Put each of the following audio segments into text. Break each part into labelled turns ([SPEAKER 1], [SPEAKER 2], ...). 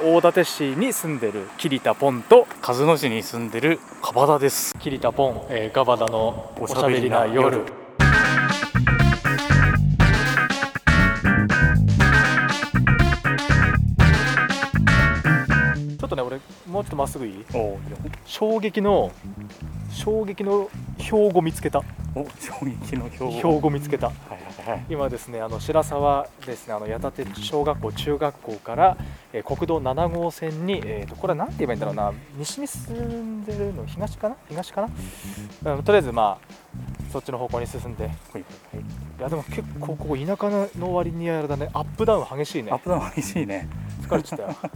[SPEAKER 1] 大館市に住んでる桐田ポンと
[SPEAKER 2] 鹿角市に住んでるカバダです
[SPEAKER 1] 桐田ポン、えーガバダのおしゃべりな
[SPEAKER 2] おしゃべ
[SPEAKER 1] 夜
[SPEAKER 2] りな
[SPEAKER 1] ちょっとね俺もうちょっとまっすぐいい
[SPEAKER 2] おお
[SPEAKER 1] 衝撃の衝撃の標語見つけた
[SPEAKER 2] お衝撃の標語
[SPEAKER 1] 標語見つけた
[SPEAKER 2] はいはいはい
[SPEAKER 1] 今ですねあの白沢ですねあの八立小学校中学校から、えー国道7号線に、えーとこれは何て言えばいいんだろうな西に進んでるの東かな東かな、うん、とりあえずまあそっちの方向に進んで
[SPEAKER 2] はいはい
[SPEAKER 1] いやでも結構ここ田舎の割にあれだねアップダウン激しいね
[SPEAKER 2] アップダウン激しいね
[SPEAKER 1] 疲れちゃったよ
[SPEAKER 2] こ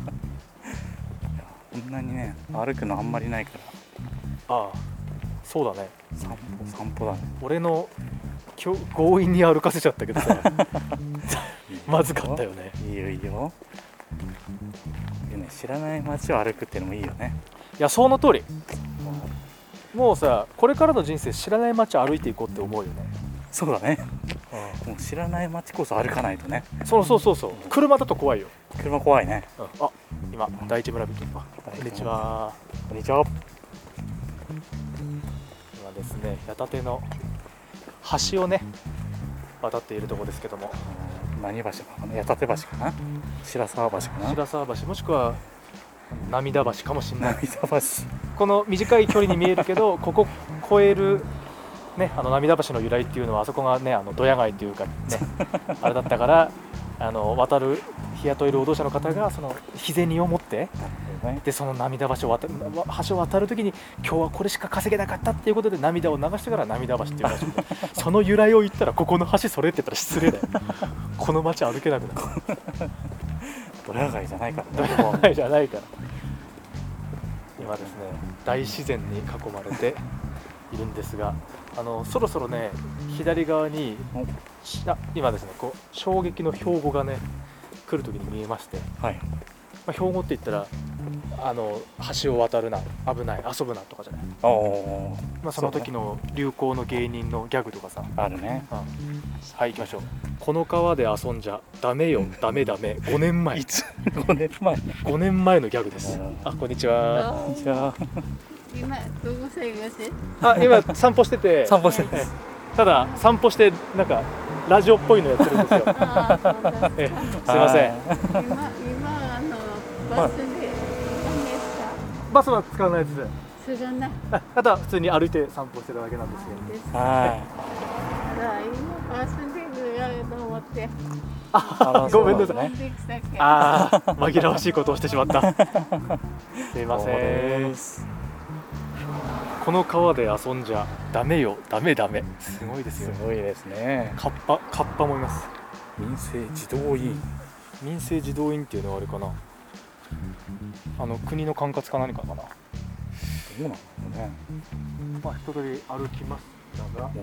[SPEAKER 2] んなにね歩くのあんまりないか
[SPEAKER 1] ああそうだね
[SPEAKER 2] ら散歩散歩だね
[SPEAKER 1] 俺のきょ強引に歩かせちゃったけど さまずかったよね
[SPEAKER 2] いいよいいよでね知らない街を歩くってのもいいよね
[SPEAKER 1] いやその通りもうさこれからの人生知らない街歩いていこうって思うよね、
[SPEAKER 2] そうだねもう知らない街こそ歩かないとね
[SPEAKER 1] そうそうそうそう車だと怖いよ、
[SPEAKER 2] 車怖いね
[SPEAKER 1] あ今第一村人あこんにちは
[SPEAKER 2] こんにちは
[SPEAKER 1] 今ですね八立の橋をね渡っているところですけども
[SPEAKER 2] 何橋かな八立橋かな白沢橋かな
[SPEAKER 1] 白沢橋もしくは涙橋かもしれない
[SPEAKER 2] 涙橋
[SPEAKER 1] この短い距離に見えるけど ここ越える、ね、あの涙橋の由来っていうのはあそこがねあのドヤ街というかねあれだったからあの渡る日雇い労働者の方がその日銭を持って
[SPEAKER 2] なるほどね
[SPEAKER 1] でその涙橋を渡る橋を渡るときに今日はこれしか稼げなかったっていうことで涙を流してから涙橋っていうらしくてその由来を言ったらここの橋それって言ったら失礼だよこの街歩けなくなる
[SPEAKER 2] ドラ街じゃないか
[SPEAKER 1] ド
[SPEAKER 2] らね
[SPEAKER 1] ヤ
[SPEAKER 2] ここ
[SPEAKER 1] 街じゃないから今ですね大自然に囲まれているんですがあのそろそろね左側に
[SPEAKER 2] お
[SPEAKER 1] しあ今ですねこう衝撃の標語がね来るときに見えまして
[SPEAKER 2] はい
[SPEAKER 1] まあ、標語って言ったらあの橋を渡るな危ない遊ぶなとかじゃない、
[SPEAKER 2] おお
[SPEAKER 1] まあ、その時の流行の芸人のギャグとかさ、
[SPEAKER 2] あるね
[SPEAKER 1] うんはい行きましょうこの川で遊んじゃダメよダメダメ5年前
[SPEAKER 2] いつ5年前
[SPEAKER 1] 5年前のギャグです
[SPEAKER 2] うん
[SPEAKER 1] あこんにちは
[SPEAKER 2] こんにちは
[SPEAKER 3] 今どこ探せ
[SPEAKER 1] あ今散歩してて
[SPEAKER 2] 散歩してます
[SPEAKER 1] ただ散歩してなんかラジオっぽいのやってるんです よ
[SPEAKER 3] ああそうだ
[SPEAKER 1] ええすいません
[SPEAKER 2] は
[SPEAKER 3] 今今あのバスで何ですか
[SPEAKER 1] バスは使わないです
[SPEAKER 3] するな
[SPEAKER 1] あただ普通に歩いて散歩してるだけなんですよ
[SPEAKER 3] です
[SPEAKER 2] いは
[SPEAKER 3] から今バスでやると思って
[SPEAKER 2] あ
[SPEAKER 1] ごめんなさい
[SPEAKER 2] そうだね
[SPEAKER 3] 飛んできたけど
[SPEAKER 1] ああ紛らわしいことをしてし まったすいま
[SPEAKER 2] そう
[SPEAKER 1] せん
[SPEAKER 2] です
[SPEAKER 1] この川で遊んじゃダメよダメダメすごいです
[SPEAKER 2] す
[SPEAKER 1] よ
[SPEAKER 2] ごいですね
[SPEAKER 1] カッパカッパもいます
[SPEAKER 2] 民生児童委員
[SPEAKER 1] 民生児童委員っていうのはあれかなあの国の管轄か何かかな
[SPEAKER 2] どうなんだろ
[SPEAKER 1] まあ一通り歩きましたが
[SPEAKER 2] うね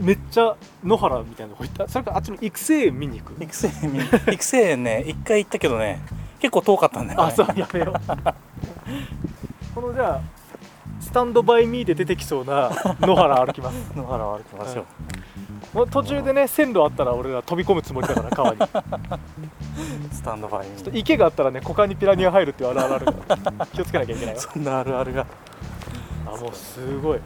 [SPEAKER 1] めっちゃ野原みたいなとこ行ったそれからあっちの育成園見に行く
[SPEAKER 2] うん育成民 育成園ね一回行ったけどね結構遠かったんだよね
[SPEAKER 1] あそうやめようこのじゃあスタンドバイミーで出てきそうな野原歩きます
[SPEAKER 2] 野原を歩きましょう
[SPEAKER 1] もう途中でね線路あったら俺ら飛び込むつもりだから川にちょ
[SPEAKER 2] スタンドバイミー
[SPEAKER 1] っと池があったらね股間にピラニア入るっていうあるあるあるから気をつけなきゃいけないよ
[SPEAKER 2] そんなあるあるが
[SPEAKER 1] あもうすごい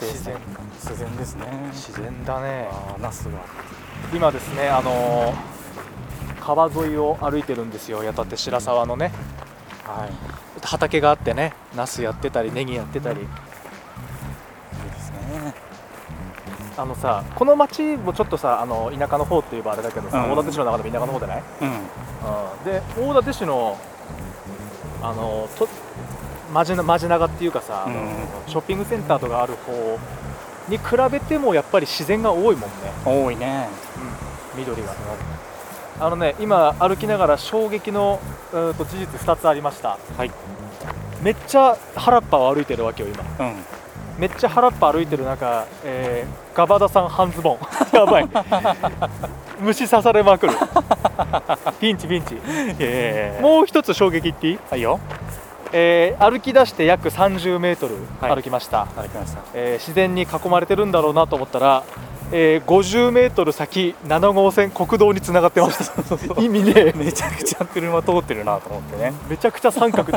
[SPEAKER 1] 自然
[SPEAKER 2] 自然ですね
[SPEAKER 1] 自然だね
[SPEAKER 2] あナスが
[SPEAKER 1] 今ですねあのー川沿いを歩いてるんですよ八立白沢のね
[SPEAKER 2] はい
[SPEAKER 1] 畑があってねナスやってたりネギやってたり
[SPEAKER 2] いいですね
[SPEAKER 1] あのさこの町もちょっとさあの田舎の方って言えばあれだけどさ、
[SPEAKER 2] うん
[SPEAKER 1] 大館市の中でも田舎の方じゃない、
[SPEAKER 2] うん
[SPEAKER 1] うん、で大館市のあのとまじなまじながっていうかさ、あの
[SPEAKER 2] うん
[SPEAKER 1] ショッピングセンターとかある方に比べてもやっぱり自然が多いもんね
[SPEAKER 2] 多いね
[SPEAKER 1] 緑があのね今歩きながら衝撃のうーんと事実2つありました
[SPEAKER 2] はい
[SPEAKER 1] めっちゃ原っぱを歩いてるわけよ今
[SPEAKER 2] うん
[SPEAKER 1] めっちゃ原っぱ歩いてる中、えーガバダさん半ズボン やばい虫刺されまくるピンチピンチ
[SPEAKER 2] ええも
[SPEAKER 1] もう一つ衝撃言っていい、
[SPEAKER 2] ういいよ
[SPEAKER 1] えー歩き出して約3 0ル歩きました、
[SPEAKER 2] 歩きました
[SPEAKER 1] えー自然に囲まれてるんだろうなと思ったらえー、50メートル先7号線国道に繋がってました 意味ねえ
[SPEAKER 2] めちゃくちゃ車通ってるなと思ってね
[SPEAKER 1] めちゃくちゃ三角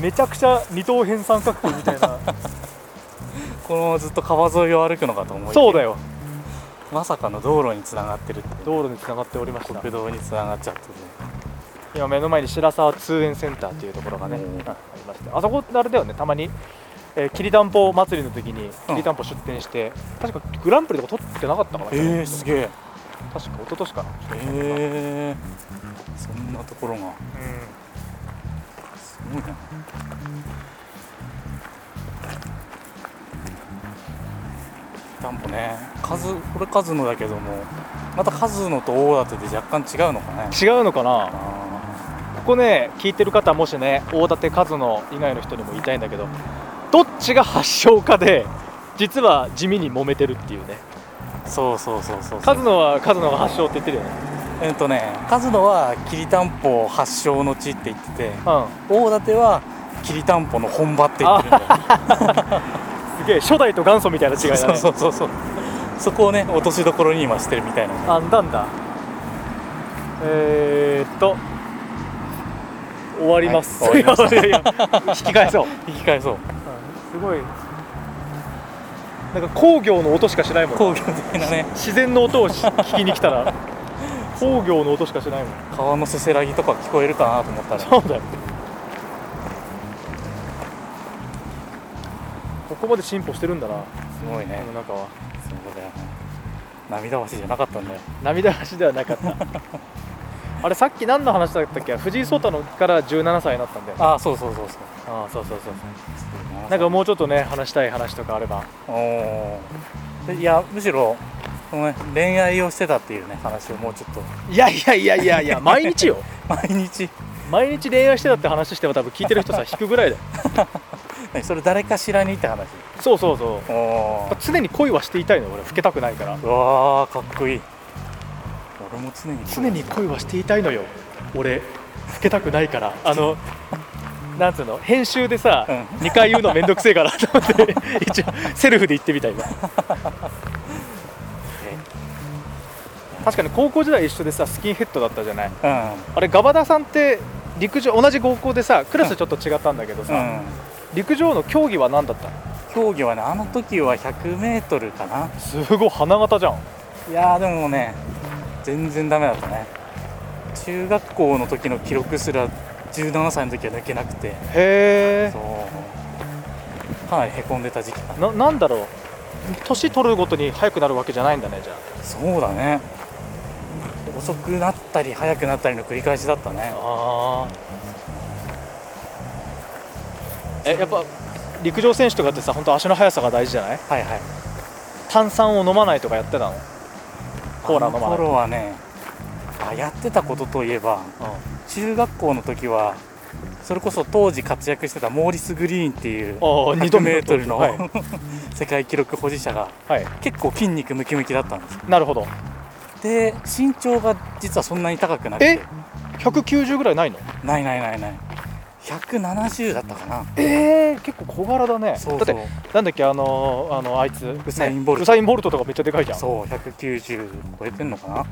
[SPEAKER 1] めちゃくちゃ二等辺三角形みたい な
[SPEAKER 2] このずっと川沿いを歩くのかと思いきや
[SPEAKER 1] そうだよ
[SPEAKER 2] まさかの道路につながってるって
[SPEAKER 1] 道路に繋がっておりました
[SPEAKER 2] 国道につながっちゃってて
[SPEAKER 1] 今目の前に白沢通園センターっていうところがね、
[SPEAKER 2] うん
[SPEAKER 1] ありましてあそこってあれだよねたまに、えー、きりたんぽ祭りの時にきりたんぽ出店して、確かグランプリとか取ってなかったかな
[SPEAKER 2] えー、すげえ
[SPEAKER 1] 確か一昨年かな
[SPEAKER 2] えー、そんなところがすごいな担保ね数これ数のだけどもまた数のと大館で若干違うのかね
[SPEAKER 1] うん違うのかな
[SPEAKER 2] あ
[SPEAKER 1] ここね聞いてる方もしね大館和野以外の人にも言いたいんだけどどっちが発祥かで実は地味に揉めてるっていうね
[SPEAKER 2] ーそうそうそうそうそ
[SPEAKER 1] 和
[SPEAKER 2] う
[SPEAKER 1] 野は和野が発祥って言ってるよね
[SPEAKER 2] えっとね数のはきりたんぽ発祥の地って言ってて
[SPEAKER 1] うん
[SPEAKER 2] 大館はきりたんぽの本場って言ってるんだよ
[SPEAKER 1] すげえ初代と元祖みたいな違いだ
[SPEAKER 2] そう
[SPEAKER 1] ね
[SPEAKER 2] そうそうそうそこをね落としどころに今してるみたいな
[SPEAKER 1] あんだんだえー、っと終わります、
[SPEAKER 2] はい終わ
[SPEAKER 1] い
[SPEAKER 2] りま
[SPEAKER 1] やいや引き返そう、
[SPEAKER 2] 引き返そう
[SPEAKER 1] すごいなんか工業の音しかしないもん
[SPEAKER 2] 工業的なね
[SPEAKER 1] 自然の音をし聞きに来たら工業の音しかしないもん
[SPEAKER 2] 川のせせらぎとか聞こえるかなと思ったら
[SPEAKER 1] そうだよここまで進歩してるんだな、
[SPEAKER 2] すごいね
[SPEAKER 1] この中は
[SPEAKER 2] そうだよね涙橋じゃなかったんだよ
[SPEAKER 1] 涙橋ではなかった あれさっき何の話だったっけ藤井聡太のから17歳になったんだよね
[SPEAKER 2] ああそうそうそうそう
[SPEAKER 1] ああそうそうそうそ
[SPEAKER 2] そう
[SPEAKER 1] うなんかもうちょっとね話したい話とかあれば
[SPEAKER 2] おーでいやむしろその、ね、恋愛をしてたっていうね話をもうちょっと
[SPEAKER 1] いやいやいやいや いや毎日よ
[SPEAKER 2] 毎日
[SPEAKER 1] 毎日恋愛してたって話しても多分聞いてる人さ引くぐらいだよ
[SPEAKER 2] 何それ誰かしらにって話
[SPEAKER 1] そうそうそう
[SPEAKER 2] お
[SPEAKER 1] やっ
[SPEAKER 2] お
[SPEAKER 1] ぱ常に恋はしていたいの俺老けたくないから
[SPEAKER 2] うわーかっこいい俺も常に
[SPEAKER 1] 常に恋はしていたいのよ俺老けたくないからあのなんつうの編集でさ、
[SPEAKER 2] う
[SPEAKER 1] 2回言うのめんどくせえからと思 って一応セルフで言ってみた今確かに高校時代一緒でさスキンヘッドだったじゃない
[SPEAKER 2] うん
[SPEAKER 1] あれガバダさんって陸上同じ高校でさクラスちょっと違ったんだけどさ、
[SPEAKER 2] うん
[SPEAKER 1] 陸上の競技は何だったの
[SPEAKER 2] 競技はねあの時は 100m かな
[SPEAKER 1] すごい花形じゃん
[SPEAKER 2] いやーでもね全然ダメだったね中学校の時の記録すら17歳の時は抜けなくて
[SPEAKER 1] へ
[SPEAKER 2] そうかなりへこんでた時期かな
[SPEAKER 1] えななんだろう年取るごとに速くなるわけじゃないんだねじゃ
[SPEAKER 2] そうだね遅くなったり早くなったりの繰り返しだったね
[SPEAKER 1] ああえやっぱ陸上選手とかってさ本当足の速さが大事じゃない
[SPEAKER 2] はいはい
[SPEAKER 1] 炭酸を飲まないとかやってたのコーラ
[SPEAKER 2] あ
[SPEAKER 1] 飲
[SPEAKER 2] の
[SPEAKER 1] まない
[SPEAKER 2] 頃はねあやってたことといえば中学校の時はそれこそ当時活躍してたモーリス・グリーンっていう
[SPEAKER 1] おお2度目
[SPEAKER 2] 100m の、
[SPEAKER 1] はい、
[SPEAKER 2] 世界記録保持者が
[SPEAKER 1] はい、
[SPEAKER 2] 結構筋肉ムキムキだったんですよ
[SPEAKER 1] なるほど
[SPEAKER 2] で身長が実はそんなに高くなく
[SPEAKER 1] え
[SPEAKER 2] て
[SPEAKER 1] 190ぐらいないの
[SPEAKER 2] ないないないない170だったかな
[SPEAKER 1] ええ結構小柄だね
[SPEAKER 2] そうそ
[SPEAKER 1] だ
[SPEAKER 2] う
[SPEAKER 1] ってなんだっけあのーあのあいつウ
[SPEAKER 2] サインボルト
[SPEAKER 1] ウサインボルトとかめっちゃでかいじゃん
[SPEAKER 2] そう190超えてんのかな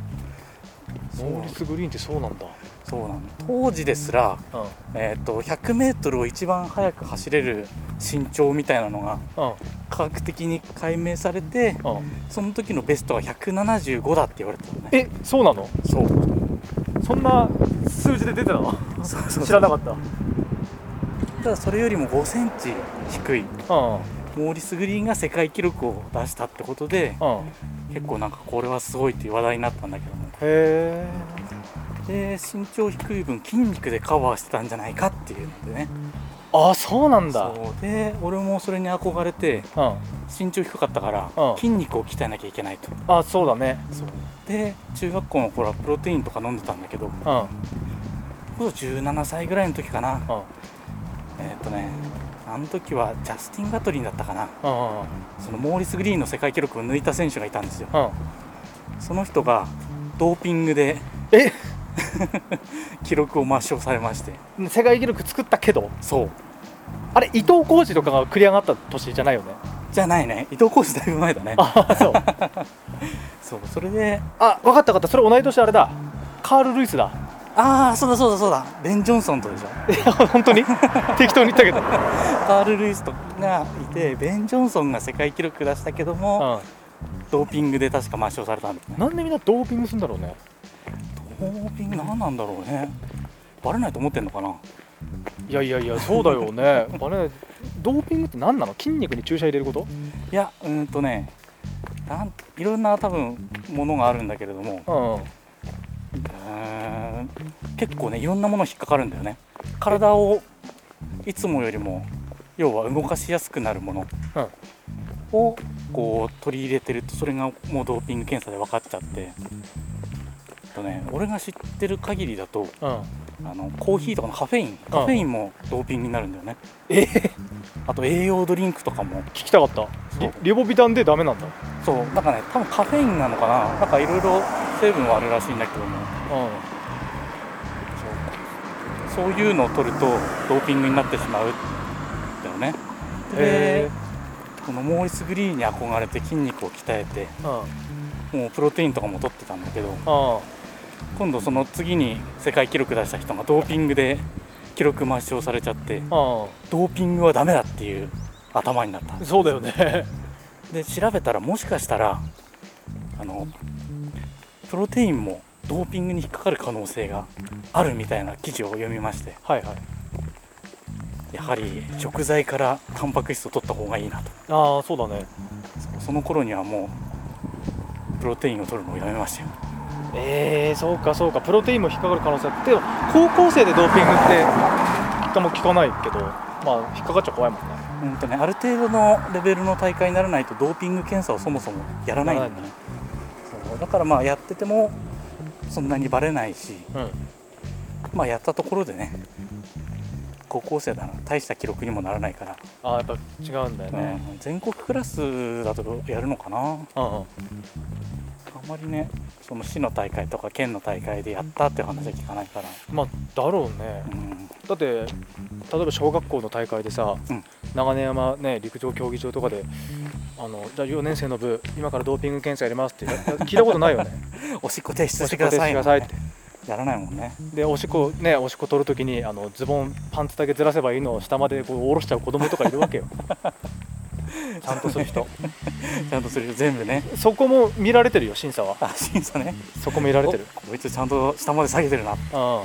[SPEAKER 1] モーリス・グリーンってそうなんだ、
[SPEAKER 2] そうなの当時ですら、
[SPEAKER 1] うんうん、
[SPEAKER 2] えー、と 100m を一番速く走れる身長みたいなのが科学的に解明されて
[SPEAKER 1] うん
[SPEAKER 2] その時のベストは175だって言われてたのね
[SPEAKER 1] えそうなの
[SPEAKER 2] そう
[SPEAKER 1] そんな数字で出てたの
[SPEAKER 2] そうそう
[SPEAKER 1] 知らな
[SPEAKER 2] か
[SPEAKER 1] かった
[SPEAKER 2] ったただそれよりも5センチ低い
[SPEAKER 1] うん
[SPEAKER 2] モーリス・グリーンが世界記録を出したってことで
[SPEAKER 1] うん
[SPEAKER 2] 結構なんかこれはすごいっていう話題になったんだけども
[SPEAKER 1] へ
[SPEAKER 2] で身長低い分筋肉でカバーしてたんじゃないかっていうのでね
[SPEAKER 1] ーあそうなんだう
[SPEAKER 2] そうで俺もそれに憧れて
[SPEAKER 1] ん
[SPEAKER 2] 身長低かったから、
[SPEAKER 1] うん
[SPEAKER 2] 筋肉を鍛えなきゃいけないと
[SPEAKER 1] あそうだね
[SPEAKER 2] で中学校の頃はプロテインとか飲んでたんだけど
[SPEAKER 1] うんうん
[SPEAKER 2] 17歳ぐらいの時かなえーっ、とねあの時はジャスティン・ガトリンだったかな
[SPEAKER 1] うんうん
[SPEAKER 2] そのモーリス・グリーンの世界記録を抜いた選手がいたんですよ
[SPEAKER 1] うん
[SPEAKER 2] その人がドーピングで
[SPEAKER 1] え
[SPEAKER 2] 記録を抹消されまして
[SPEAKER 1] 世界記録作ったけど
[SPEAKER 2] そう
[SPEAKER 1] あれ伊藤浩二とかが繰り上がった年じゃないよね
[SPEAKER 2] じゃないね伊藤浩司だいぶ前だね
[SPEAKER 1] あそう
[SPEAKER 2] そうそれで
[SPEAKER 1] あ分かった分かったそれ同い年あれだカール・ルイスだ
[SPEAKER 2] ああそうだそうだそうだベン・ジョンソンとでしょ
[SPEAKER 1] 本 当に適当に言ったけど、うん、
[SPEAKER 2] カール・ルイスとがいてベン・ジョンソンが世界記録出したけども、ドーピングで確か抹消されたんですね
[SPEAKER 1] なんでみんなドーピングするんだろうね
[SPEAKER 2] ドーピング何なんだろうねバレないと思ってんのかない
[SPEAKER 1] やいやいやそうだよねあれドーピングって何なの筋肉に注射入れること
[SPEAKER 2] いやうーんとねなんいろんな多分ものがあるんだけれども
[SPEAKER 1] う
[SPEAKER 2] うーん結構ねいろんなもの引っかかるんだよね体をいつもよりも要は動かしやすくなるもの
[SPEAKER 1] うん
[SPEAKER 2] をこう取り入れてるとそれがもうドーピング検査で分かっちゃって、えっとね、俺が知ってる限りだと
[SPEAKER 1] んうん
[SPEAKER 2] あのコーヒーとかのカフェインカフェインもドーピングになるんだよね、
[SPEAKER 1] え
[SPEAKER 2] あと栄養ドリンクとかも
[SPEAKER 1] 聞きたかった
[SPEAKER 2] そう
[SPEAKER 1] リリボビタンでダメなんだ
[SPEAKER 2] そうなんかね多分カフェインなのかななんかいろいろ成分はあるらしいんだけども
[SPEAKER 1] う
[SPEAKER 2] そういうのを取るとドーピングになってしまうんだよね
[SPEAKER 1] ん
[SPEAKER 2] で
[SPEAKER 1] へ
[SPEAKER 2] このモーリス・グリーンに憧れて筋肉を鍛えて
[SPEAKER 1] えうん
[SPEAKER 2] もうプロテインとかも取ってたんだけど
[SPEAKER 1] あ
[SPEAKER 2] 今度その次に世界記録出した人がドーピングで記録抹消されちゃって
[SPEAKER 1] あ
[SPEAKER 2] ドーピングはダメだっていう頭になった
[SPEAKER 1] そうだよね
[SPEAKER 2] で調べたらもしかしたらあのプロテインもドーピングに引っかかる可能性があるみたいな記事を読みまして
[SPEAKER 1] はいはい
[SPEAKER 2] やはり食材からタンパク質を取った方がいいなと
[SPEAKER 1] ああそうだね
[SPEAKER 2] その頃にはもうプロテインを取るのをやめましたよ
[SPEAKER 1] えー、そうかそうかプロテインも引っかかる可能性あって高校生でドーピングって一回も聞かないけどまあ引っかかっちゃ怖いもんね
[SPEAKER 2] うんとねある程度のレベルの大会にならないとドーピング検査をそもそもやらないんだよね
[SPEAKER 1] やら
[SPEAKER 2] そうだからまあやっててもそんなにバレないし
[SPEAKER 1] うん
[SPEAKER 2] まあやったところでね高校生だな大した記録にもならないから
[SPEAKER 1] ああやっぱ違うんだよね
[SPEAKER 2] うん全国クラスだとやるのかなあ
[SPEAKER 1] うんうん
[SPEAKER 2] まりねその市の大会とか県の大会でやったっていう話は聞かないから、
[SPEAKER 1] まあだろうね
[SPEAKER 2] うん、
[SPEAKER 1] だって例えば小学校の大会でさ、
[SPEAKER 2] うん
[SPEAKER 1] 長根山、ね、陸上競技場とかであのじゃあ4年生の部今からドーピング検査やりますってや聞いたことないよね
[SPEAKER 2] おしっこ提出
[SPEAKER 1] お
[SPEAKER 2] し
[SPEAKER 1] してっこ
[SPEAKER 2] くだ
[SPEAKER 1] 出し
[SPEAKER 2] さ
[SPEAKER 1] て
[SPEAKER 2] い
[SPEAKER 1] くださいっ
[SPEAKER 2] もん
[SPEAKER 1] て
[SPEAKER 2] ねやらないもんね
[SPEAKER 1] でおしっこねおしっこ取るときにあのズボンパンツだけずらせばいいのを下までこう下ろしちゃう子供とかいるわけよ ちゃんとする人
[SPEAKER 2] ちゃんとするよ全部ね
[SPEAKER 1] そこも見られてるよ審査は
[SPEAKER 2] あ審査ね
[SPEAKER 1] そこも見られてる
[SPEAKER 2] おこいつちゃんと下まで下げてるな
[SPEAKER 1] うん